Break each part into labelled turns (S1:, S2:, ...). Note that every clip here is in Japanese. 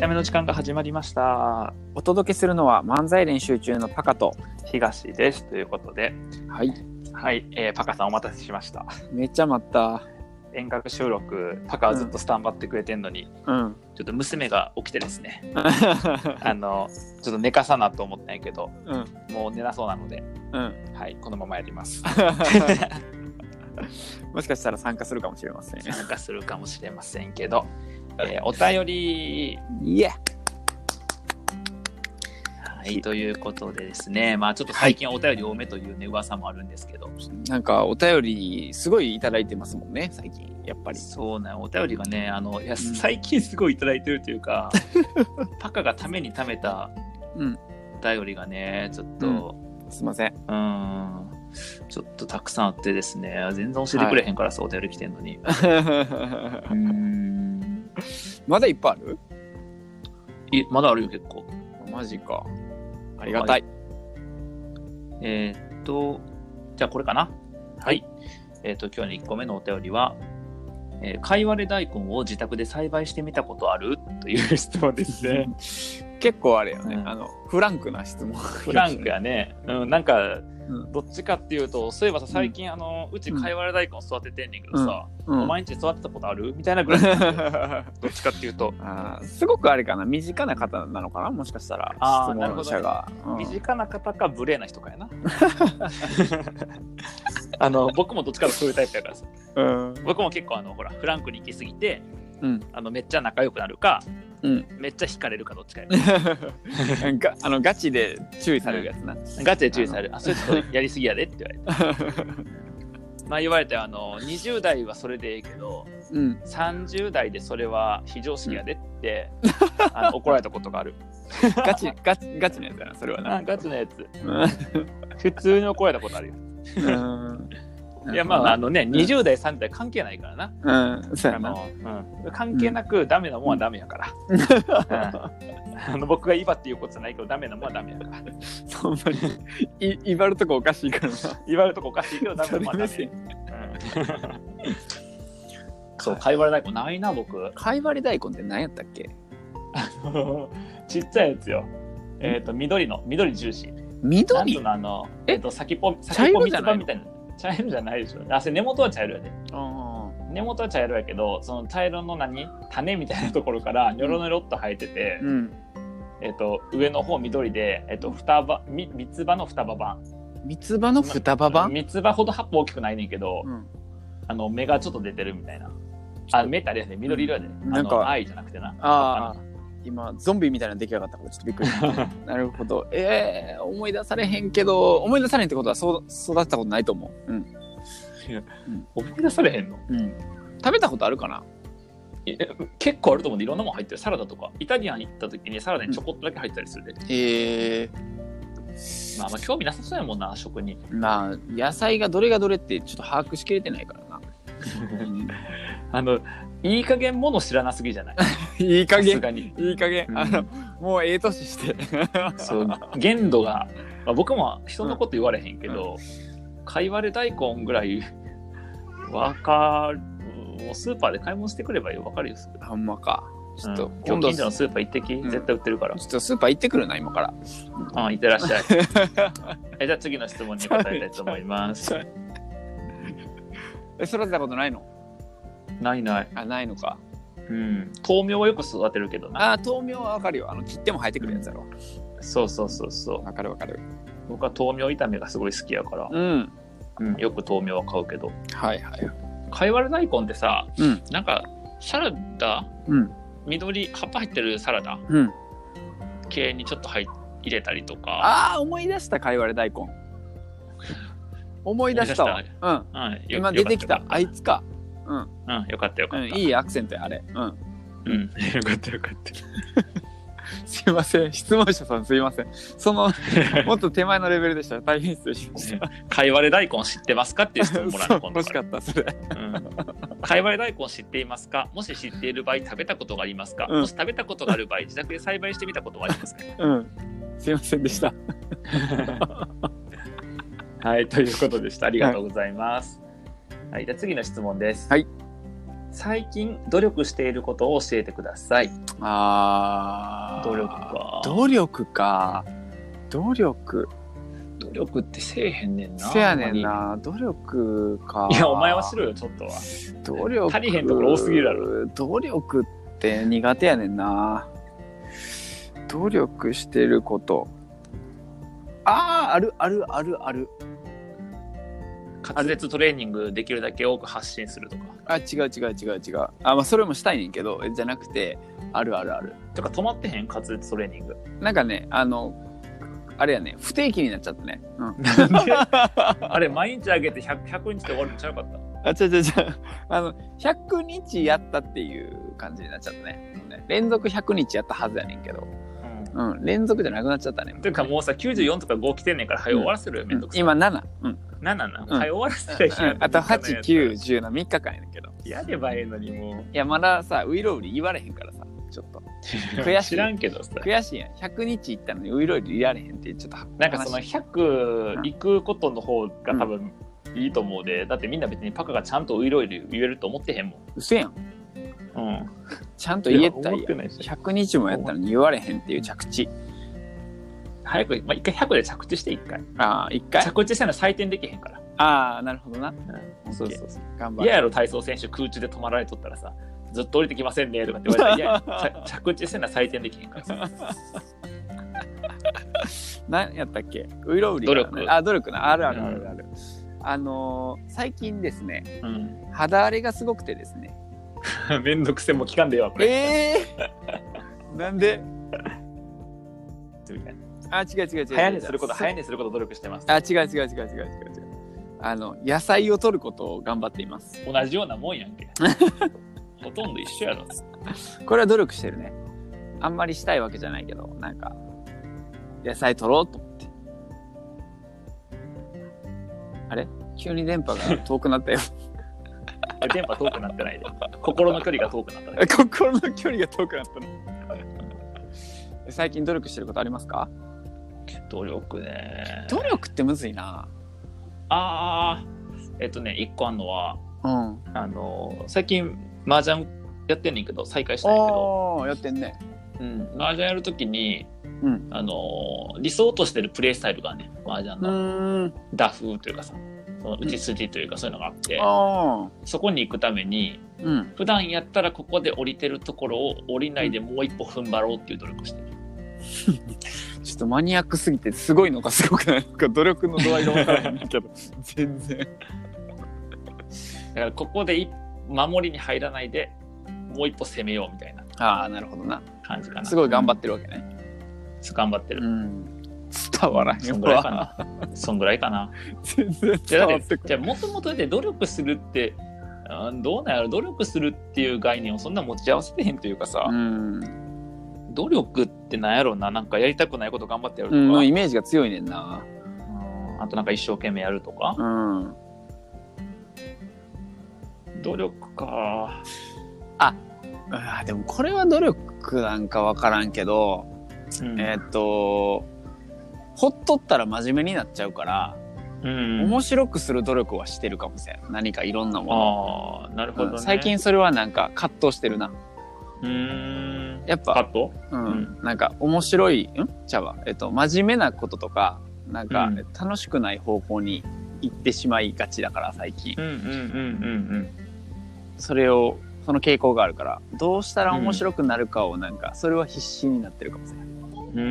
S1: ための時間が始まりました。
S2: お届けするのは漫才練習中のパカと。
S1: 東です。ということで、
S2: はい。
S1: はい、えーパカさんお待たせしました。
S2: めっちゃ待った。
S1: 遠隔収録、パカはずっとスタンバってくれてんのに、
S2: うん。
S1: ちょっと娘が起きてですね、
S2: う
S1: あの、ちょっと寝かさなと思ったんやけ ど、
S2: ん。
S1: もう寝なそうなので、
S2: うん。
S1: はい、このままやります。
S2: もしかしたら参加するかもしれません。
S1: なんかするかもしれませんけど、えーお便り、
S2: いえ。
S1: はい、ということでですね、まあちょっと最近お便り多めというね、噂もあるんですけど、
S2: なんかお便りすごいいただいてますもんね、最近。やっぱり。
S1: そうなんお便りがねあのいや
S2: ん
S1: 最近すごいいただいてるという かパカがためにためた
S2: うん。
S1: お便りがねちょっと
S2: すいませ ん。
S1: うんちょっとたくさんあってですね全然教えてくれへんからさ、お便り来てんのに うーん
S2: まだいっぱいある
S1: いまだあるよ結構
S2: マジか。ありがたい。
S1: えーっとじゃあこれかなはいえーっと今日の1個目のお便りはえー、かいわれ大根を自宅で栽培してみたことあるという質問ですね。
S2: 結構あれよね、
S1: うん
S2: あのフランクな質問
S1: フランクやね、うん、なんか
S2: うん
S1: どっちかっていうとそういえばさ
S2: ん
S1: 最近あのうち
S2: うん
S1: かいわれ大根育ててんねんけどさ、
S2: うん
S1: 毎日育てたことあるみたいなぐらい どっちかっていうと
S2: あーすごくあれかな身近な方なのかなもしかしたら
S1: あー
S2: 質問者が、うん
S1: 身近な方か無礼な人かや な あの僕もどっちかとそういうタイプやからさ
S2: うん
S1: 僕も結構あのほらフランクに行きすぎて
S2: うん
S1: あのめっちゃ仲良くなるか、
S2: うん
S1: めっちゃ惹かれるかどっちかや
S2: があのガチで注意されるやつな、
S1: ガチで注意されるあそれちょっとやりすぎやでって言われて まあ言われてあの20代はそれでいいけど
S2: うん、
S1: 30代でそれは非常識やでって、 あの怒られたことがある
S2: ガチ ガチガチのやつだなそれはな
S1: ガチなやつ
S2: う
S1: 普通に怒られたことあるよ
S2: ん
S1: いやまああのね
S2: ん
S1: 20代30代関係ないからな、
S2: うんそうや
S1: あ
S2: な
S1: の、うん関係なくダメなもんはダメやから、うんあの僕が今っていうことじゃないけどダメなもんはダメやから
S2: そんなにい威張るとこおかしいからな
S1: 言われるとこおかしいけど ダメなもんは ダメ
S2: それ
S1: うんそう会話ない子ないな僕
S2: かいわれ大根って何やったっけ
S1: ちっちゃいやつよえっ、と緑の緑重視なんつ
S2: 緑
S1: うのあの、
S2: え
S1: えっ、と、先っぽ、
S2: 茶
S1: 先っぽ三
S2: 色じゃ
S1: つ
S2: な
S1: 葉
S2: いの
S1: みたいな。茶色じゃないでしょ。あ、それ根元は茶色やで。
S2: あ
S1: 根元は茶色やけど、その茶色の何種みたいなところからニョロニョロっと生えてて、
S2: ーうん
S1: えっと、上の方緑で、えっと、双葉、み三つ葉の双葉版。
S2: 三つ葉の双葉版、
S1: 三つ葉ほど葉っぱ大きくないねんけど、
S2: うん
S1: あの、芽がちょっと出てるみたいな。あ、目ってあれやね、緑色やで。
S2: ん
S1: あ
S2: なんか
S1: の、愛じゃなくてな。
S2: ああ今ゾンビみたいなの出来上がったからちょっとびっ くりしたなるほどえー、思い出されへんけど思い出されへんってことはそう育てたことないと思ううん、
S1: 思い出されへんの
S2: うん、食べたことあるかない
S1: え結構あると思うんで、いろんなもん入ってる。サラダとか。イタリアン行った時にサラダにちょこっとだけ入ってたりするで。
S2: ええ
S1: まあ、まあ興味なさそうやもんな食 に
S2: まあ野菜がどれがどれってちょっと把握しきれてないからな、
S1: あのいい加減もの知らなすぎじゃない
S2: いい加
S1: さす
S2: 減
S1: がに
S2: いい加減、
S1: うん
S2: あのもうええ年して
S1: そう限度が、まあ、僕も人のこと言われへんけど、かいわれ大根ぐらいわかるもうスーパーで買い物してくればよわかるよすぐ
S2: ほんまかちょっと、
S1: うん今
S2: 今
S1: 日
S2: 度
S1: 近所のスーパー行ってき、
S2: ん
S1: 絶対売ってるから
S2: ちょっとスーパー行ってくるな今から
S1: うん、いってらっしゃ いえじゃあ次の質問に答えたいと思いま す
S2: え育てたことないの
S1: ないない、
S2: あないのか
S1: うん、豆苗はよく育てるけどな
S2: あー豆苗はわかるよあの切っても生えてくるやつだろ
S1: そうそうそうそう
S2: わかるわかる
S1: 僕は豆苗炒めがすごい好きやから、
S2: うん
S1: うん、よく豆苗は買うけど
S2: はいはい。
S1: かいわれ大根ってさ
S2: うん
S1: なんかサラダ
S2: うん
S1: 緑葉っぱ入ってるサラダ
S2: うん。
S1: 系にちょっと入入れたりとか
S2: ああ思い出したかいわれ大根。思い出したわ
S1: 思い出。
S2: うん。
S1: うん、よ
S2: 今出てきた
S1: よかっ
S2: あいつか。
S1: たうんよかったよか
S2: う
S1: った、
S2: んいいアクセントやあれ。うん。
S1: うん よかったよかった
S2: すいません 質問者さんすいません。そのもっと手前のレベルでした。大変失礼しまし
S1: かいわれ大根知ってますかっていう質
S2: た。
S1: 問もら
S2: そう
S1: う今度
S2: 欲し
S1: か
S2: からったそれ。
S1: うんかいわれ大根知っていますかもし知っている場合食べたことがありますか、
S2: うん
S1: もし食べたことがある場合自宅で栽培してみたことはありますか
S2: うん。すいませんでした。
S1: はいということでしたありがとうございます、はい、じゃあ次の質問です
S2: はい
S1: 最近努力していることを教えてください。
S2: あー
S1: 努力か
S2: 努力か努力
S1: 努力ってせえへんねんな。
S2: せやねんな努力か
S1: いや、お前はしろよ、ちょっとは。
S2: 努力
S1: 足りへんところ多すぎるや
S2: ろ努力って苦手やねんな努力してることあああるあるあるある
S1: 滑舌トレーニングできるだけ多く発信するとか。
S2: あ違う違う違う違うあまあそれもしたいねんけどじゃなくてあるあるある
S1: てか、止まってへん滑舌トレーニング。
S2: なんかねあのあれやね不定期になっちゃったね、うん、
S1: あれ、毎日あげて 100, 100日で終わるんちゃうかった。
S2: あ、違う違う違う。あの、100日やったっていう感じになっちゃったね。連続100日やったはずやねんけど。うん、連続じゃなくなっちゃったね。
S1: ていうかもうさ94とか5来てんねんから早終わらせるよめんどくさい、
S2: 今7。うん。
S1: 7な、
S2: う
S1: 早
S2: ん
S1: 終わらせる
S2: うんあと8、9、10の3日間やねんけど。
S1: やればええのにも
S2: いや、まださ、ウイロウリ言われへんからさ、ちょっと。
S1: う
S2: 悔しい
S1: 知らんけどさ
S2: 悔しいやん。100日行ったのにウイロウリ言われへんって、ちょっと悲しい。
S1: なんかその100行くことの方が多分いいと思うで、だってみんな別にパカがちゃんといろいろ言えると思ってへんも
S2: うせやん。
S1: ん、うん、
S2: ちゃんと言えた
S1: 思
S2: らいい
S1: っ
S2: や
S1: て
S2: ん。
S1: ないし
S2: 100日もやったのに言われへんっていう着地。
S1: 早く、まあ、一回100で着地して一回
S2: ああ、1回。
S1: 着地したら採点できへんから
S2: ああ、なるほどな。
S1: そうそうそう
S2: 頑張
S1: 嫌
S2: る。
S1: やろ体操選手空中で止まられとったらさずっと降りてきませんねとかって言われたら 嫌や着着地せな採点できへんからさ
S2: 何やったっけウイロウリ
S1: 努
S2: かな
S1: 力
S2: あ努力なあるあるあるある、あのー最近ですね
S1: うん
S2: 肌荒れがすごくてですね
S1: めんどくせえもう聞かんでええわこれ
S2: えー、なんで
S1: みたいな
S2: あ違う違う違う違う
S1: 早寝すること早
S2: い
S1: 寝すること努力してます
S2: あ違う違う違う違う違う違う違うあの野菜を取ることを頑張っています
S1: 同じようなもんや んけほとんど一緒やろ
S2: これは努力してるねあんまりしたいわけじゃないけどなんか野菜取ろうと思ってあれ急に電波が遠くな ったよ
S1: 電波遠くなってないで心の距離が遠くなっただけ
S2: 心の距離が遠くなったの最近努力してることありますか
S1: 努力ね
S2: 努力ってむずいな。
S1: ああえっとね一個あんのは
S2: うん。
S1: あの最近麻雀やってんねんけど再開したんやけど、
S2: ああ、やってんね。
S1: うん、麻雀やるときに、
S2: うん
S1: あの理想としてるプレイスタイルがね麻雀
S2: う
S1: の
S2: ーん。
S1: 打風というかさその打ち筋というかそういうのがあって、
S2: ああ。
S1: そこに行くために
S2: うん。
S1: 普段やったらここで降りてるところを降りないでもう一歩踏ん張ろうっていう努力をしてる
S2: ちょっとマニアックすぎて、すごいのかすごくないのか、努力の度合いがわからないけど。全然。
S1: だからここでい守りに入らないでもう一歩攻めようみたいな
S2: ああ、なるほどな。
S1: 感じかな
S2: すごい頑張ってるわけね。
S1: うん頑張ってる、
S2: ん。伝わらへ
S1: そん
S2: ん
S1: ぐらい
S2: わ。
S1: かなそんぐらいかな
S2: 全然
S1: じゃ
S2: 伝
S1: あだ
S2: わ
S1: っ
S2: って
S1: て
S2: こ
S1: じ
S2: ない。
S1: ゃあもともとで努力するってうんどうなんやろ努力するっていう概念をそんな持ち合わせてへんというかさ、
S2: うん。
S1: 努力ってなんやろうななんかやりたくないこと頑張ってやるとか、
S2: のイメージが強いねんな。
S1: うんあとなんか一生懸命やるとか、
S2: うん。
S1: 努力か
S2: あーでもこれは努力なんかわからんけど、
S1: うん
S2: えーっと、ほっとったら真面目になっちゃうから、
S1: うん
S2: 面白くする努力はしてるかもしれん何かいろんなも
S1: ああなるほ
S2: の、
S1: ど、ね
S2: うん最近それはなんか葛藤してるな
S1: うーん
S2: やっ
S1: カ
S2: ぱ、
S1: ット
S2: うん
S1: うん
S2: なんか面白いんちゃうわ、えっと、真面目なこととかなんか
S1: うん
S2: 楽しくない方向に行ってしまいがちだから最近
S1: うんうんうんうん
S2: それをその傾向があるからどうしたら面白くなるかをなんかそれは必死になってるかもしれな
S1: う
S2: い、
S1: んうー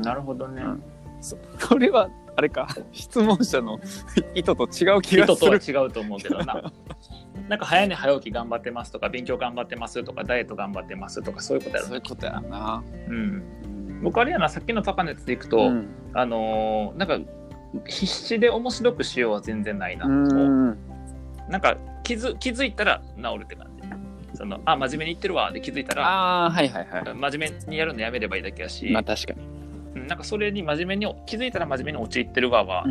S1: んなるほどね、
S2: うんそこれはあれか質問者の 意図と違う気が
S1: 人
S2: す
S1: とは
S2: る
S1: 違うと思うけどな。 なんか早寝早起き頑張ってますとか勉強頑張ってますとかダイエット頑張ってますとかそういうことや
S2: そう
S1: ろ
S2: いうことやな、
S1: うん、
S2: うん
S1: 僕あれやなさっきのパカのやつでいくと、
S2: うん
S1: あのーなんか必死で面白くしようは全然ないな、も
S2: うん
S1: うなんか気づ気づいたら治るって感じそのあ真面目に言ってるわで気づいたら
S2: ああはいはいはい
S1: 真面目にやるのやめればいいだけやし、
S2: まあ確かに。
S1: うんなんかそれに真面目に気づいたら真面目に陥ってるわは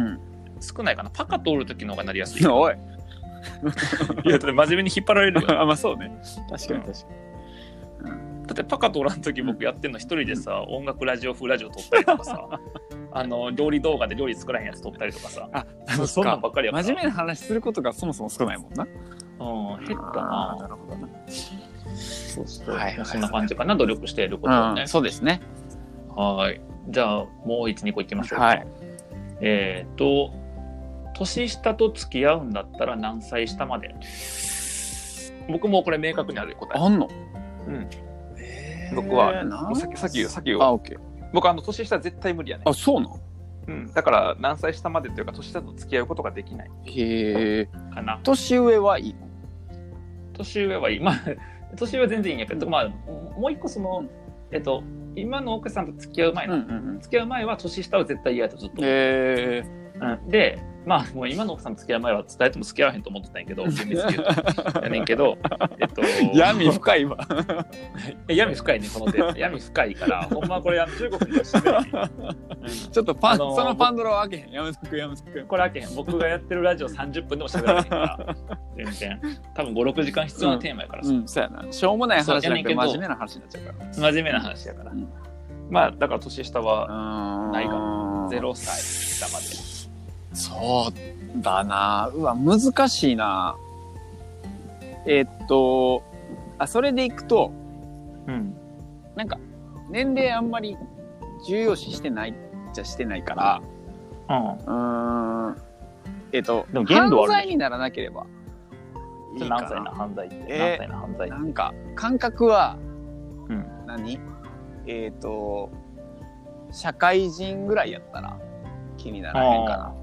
S1: 少ないかな、パカ通る時の方がなりや すいいや
S2: おい。
S1: だって真面目に引っ張られるよ
S2: あまあそうね。確
S1: かに
S2: 確か
S1: だってパカとおらん時僕やってんの一人でさ、音楽ラジオ風ラジオ撮ったりとか さあの料理動画で料理作らへんやつ撮ったりとかさ
S2: あ
S1: そんなんばっかりやから
S2: 真面目な話することがそもそも少ないもんな。
S1: ううん、減った
S2: あー
S1: な。
S2: るほどな。
S1: そうそう。
S2: はいはいはい
S1: そんな感じかな、努力していることはね
S2: うん、。そうですね。
S1: はい。じゃあ、もう1、2個いきましょうか。
S2: はい。
S1: えっ、と、年下と付き合うんだったら何歳下まで僕もこれ明確にある答え。
S2: あんの
S1: うん
S3: 僕は
S2: えーな
S3: もうさっきさっき言うさっき言う
S2: あ、オッケー。
S3: 僕あの年下絶対無理やね
S2: あ、そうなん
S3: うん、だから何歳下までというか年下と付き合うことができない
S2: へえ。
S1: かな。
S2: 年上はいい。
S1: 年上はいい。まあ、 年上は全然いいんやけど、まあ、もう一個その、えっ、と、今の奥さんと付き合う前
S2: う
S1: の、
S2: んうんうん。
S1: 付き合う前は年下は絶対嫌だとずっと思って
S2: へえ。
S1: うんでまあもう今の奥さんと付き合う前は伝えても付き合わへんと思ってたんやけど厳密 に言うとやねんけどえっと
S2: 闇深いわ。
S1: え闇深いねこの点闇深い からほんまこれあの中国にはしてない、
S2: ちょっとパン、
S1: あのー
S2: そのパンドラを開けへん。やめとく、やめとく。
S1: これあけへん僕がやってるラジオ30分でも喋られへん から全然多分56時間必要なテーマやから、
S2: うん、そうやな。しょうもない話じゃな
S1: そう
S2: くて
S1: やねんけど
S2: 真面目な話になっちゃうから。
S1: 真面目な話やから、
S2: うん
S1: まあだから年下は
S2: うーん
S1: ないか0歳下まで
S2: そうだな。うわ、難しいな。えっと、あ、それでいくと、
S1: うん
S2: なんか、年齢あんまり重要視してないっちゃしてないから、うーん。えっと、
S1: でも限度はあるでしょ
S2: 犯罪にならなければ
S1: う
S2: い
S1: ん
S2: い
S1: それ
S2: かな。
S1: 何歳の犯罪って、
S2: えー
S1: 何歳の犯罪
S2: なんか、感覚は、
S1: うん
S2: 何えっ、と、社会人ぐらいやったら気にならへんかな。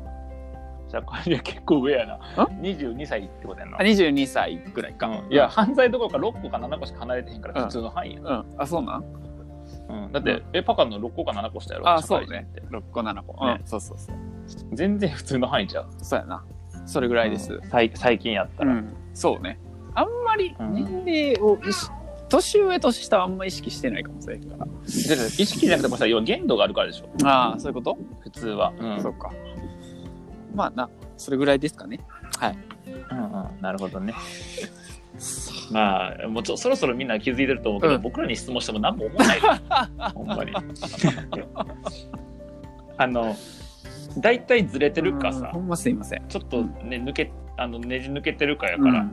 S1: 社会は結構上やな
S2: あ
S1: 22歳ってことやな
S2: あ22歳ぐらいか。
S1: いや、犯罪どころか6個か7個しか離れてへんから、
S2: うん
S1: 普通の範囲や、
S2: うん。あ、そうなん
S1: うんだって、え、パカの6個か7個したやろ
S2: あ、
S1: 社
S2: そう
S1: 会人
S2: ね
S1: って。
S2: 6個、7個。
S1: ね
S2: うん、そうそうそう。
S1: 全然普通の範囲じゃん。
S2: そうやな。それぐらいです。
S1: 最最近やった
S2: うん。
S1: ら。
S2: そうね。あんまり
S1: うん
S2: 年齢を意識、年上、年下はあんま意識してないかもしれんから。
S1: で意識じゃなくてもさ、要は限度があるからでしょ、
S2: ああ、そういうこと、
S1: 普通は。うん。
S2: そうか。まあな、それぐらいですかね。
S1: うんうんなるほどね。まあ、もうちょそろそろみんな気づいてると思うけど、
S2: うん
S1: 僕らに質問しても何も思わ ないよ。ほんまに。あの、大体ずれてるか
S2: うん
S1: さ
S2: ほ、んますいません。
S1: ちょっとね、抜け、あの、ねじ抜けてるかやから、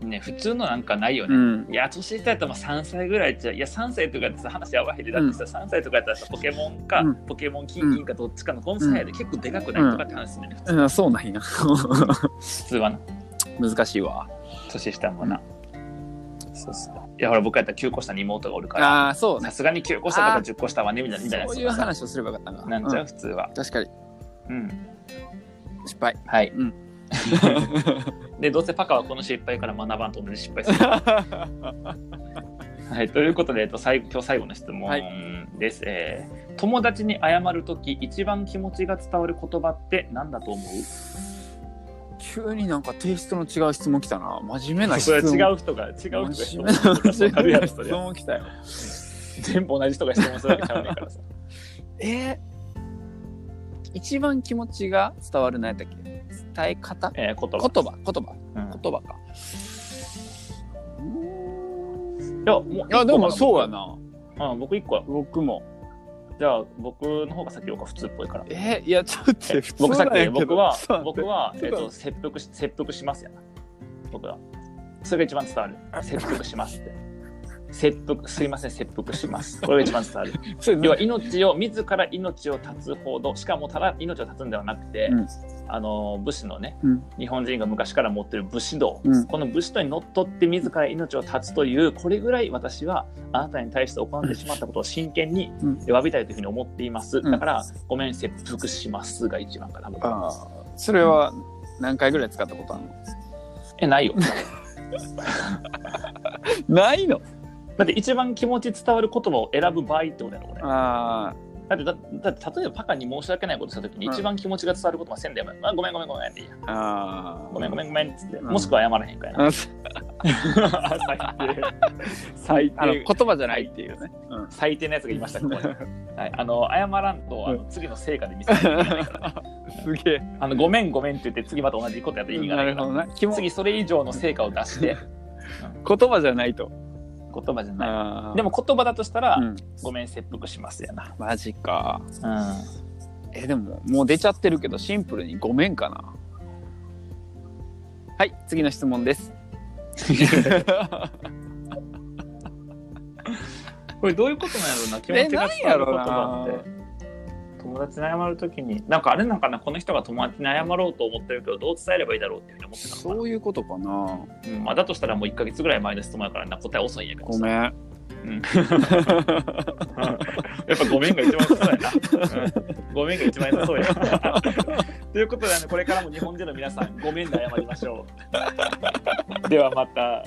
S1: ね、普通のなんかないよね。
S2: うん。
S1: いや、年下やったらまあ3歳ぐらいじゃ、いや、3歳とかやってさ、話合わへんで、だってさ、3歳とかやったらさ、ポケモンか、
S2: うん
S1: ポケモン金銀かどっちかのコンサイで結構でかくないとかって話すんだよね、
S2: うん、そうなんや。
S1: 普通はな。
S2: 難しいわ。
S1: 年下もな。そうそう。いや、ほら、僕やったら9個下に妹がおるから、
S2: ああ、そう
S1: さ
S2: ね。
S1: すがに9個下とか10個下はね、みたいな、みたいなやつ
S2: そういう
S1: がさ。
S2: 話をすればよかった
S1: な
S2: な。
S1: んちゃう、
S2: うん
S1: 普通は。
S2: 確かに、
S1: うん。
S2: 失敗。
S1: はい。
S2: うん
S1: で、どうせパカはこの失敗から学ばんと同じ失敗する。 はい、ということで、えっと、最後今日最後の質問
S2: はい
S1: です、えー友達に謝るとき一番気持ちが伝わる言葉って何だと思う
S2: 急になんかテイストの違う質問来たな。真面目な質
S1: それ
S2: 問。
S1: は違う人が違う人が質
S2: 真 面
S1: 問
S2: 目
S1: するからそれある
S2: な
S1: やろ
S2: 質
S1: それ
S2: 問来たよ。
S1: 全部同じ人が質問するわけちゃうねんからさ
S2: えー、一番気持ちが伝わるのやったっけ伝え方言
S1: えー言葉
S2: 葉言葉言葉
S1: うん
S2: か。
S1: いやもう
S2: いや、でも
S1: 一個
S2: そう
S1: か
S2: やな。
S1: なうん僕一個は
S2: 僕も。
S1: じゃあ僕の方が先ようか普通っぽいから
S2: えー、いや、ちょっと待って、普通
S1: 僕さっ
S2: なんや
S1: き
S2: けど
S1: 僕は
S2: ちょっと待
S1: 僕
S2: って
S1: は、
S2: ち
S1: え
S2: ょっ
S1: っ
S2: と
S1: と、切腹し切腹しますやな僕はそれが一番伝わる切腹しますって切腹すいません切腹しますこれが一番伝わる
S2: それ
S1: 要は命を自ら命を絶つほどしかもただ命を絶つんではなくて、
S2: うん
S1: あの武士のね、
S2: うん
S1: 日本人が昔から持ってる武士道、
S2: うん
S1: この武士道にのっとって自ら命を絶つというこれぐらい私はあなたに対して行ってしまったことを真剣に
S2: うん
S1: 詫びたいというふうに思っています、
S2: ん
S1: だからごめん切腹しますが一番かな、僕は
S2: ああ、それは何回ぐらい使ったことあるの
S1: えないよ
S2: ないの
S1: だって一番気持ち伝わる言葉を選ぶ場合ってことやろこれ
S2: あ
S1: だってだだって例えばパカに申し訳ないことした時に
S2: うん
S1: 一番気持ちが伝わることはせんでよ、あごめんごめんごめんっていいや
S2: あ、ああ。
S1: ごめんごめんごめんっつって、
S2: ん
S1: もしくは謝らへんからな。
S2: あ
S1: 最低。最低。
S2: あの言葉じゃないっていうね。
S1: 最低なやつがいました、 ここにはい、あの謝らんとあの次の成果で見せないといけない からね、
S2: すげえ。
S1: あのごめんごめんって言って次また同じことやったら意味が
S2: な
S1: ない
S2: る
S1: か
S2: ほど
S1: ら
S2: な。気も
S1: 次それ以上の成果を出して
S2: 言葉じゃないと。
S1: 言葉じゃない
S2: あー
S1: でも、言葉だとしたら、
S2: うん、
S1: ごめん切腹しますやな、
S2: マジか。
S1: う
S2: え、でも、もう出ちゃってるけど、シンプルにごめんかな。はい、次の質問です。
S1: これどういうことなんやろうな気持
S2: え、
S1: ちが
S2: 何
S1: 伝わ
S2: や
S1: る
S2: ろ
S1: 言
S2: うな
S1: 葉。って友達に謝るときになんかあれなんかなこの人が友達に謝ろうと思ってるけどどう伝えればいいだろうっていうふうに思ってたのかな
S2: そういうこと
S1: う
S2: かな。
S1: んまあ、だとしたらもう1か月ぐらい前の質問やからな答え遅いんやけど
S2: ご
S1: さ
S2: めん。
S1: やっぱごめんが一番そうやな。うんごめんが一番そうや な。ということで、ね、これからも日本人の皆さん、ごめんで謝りましょう。ではまた。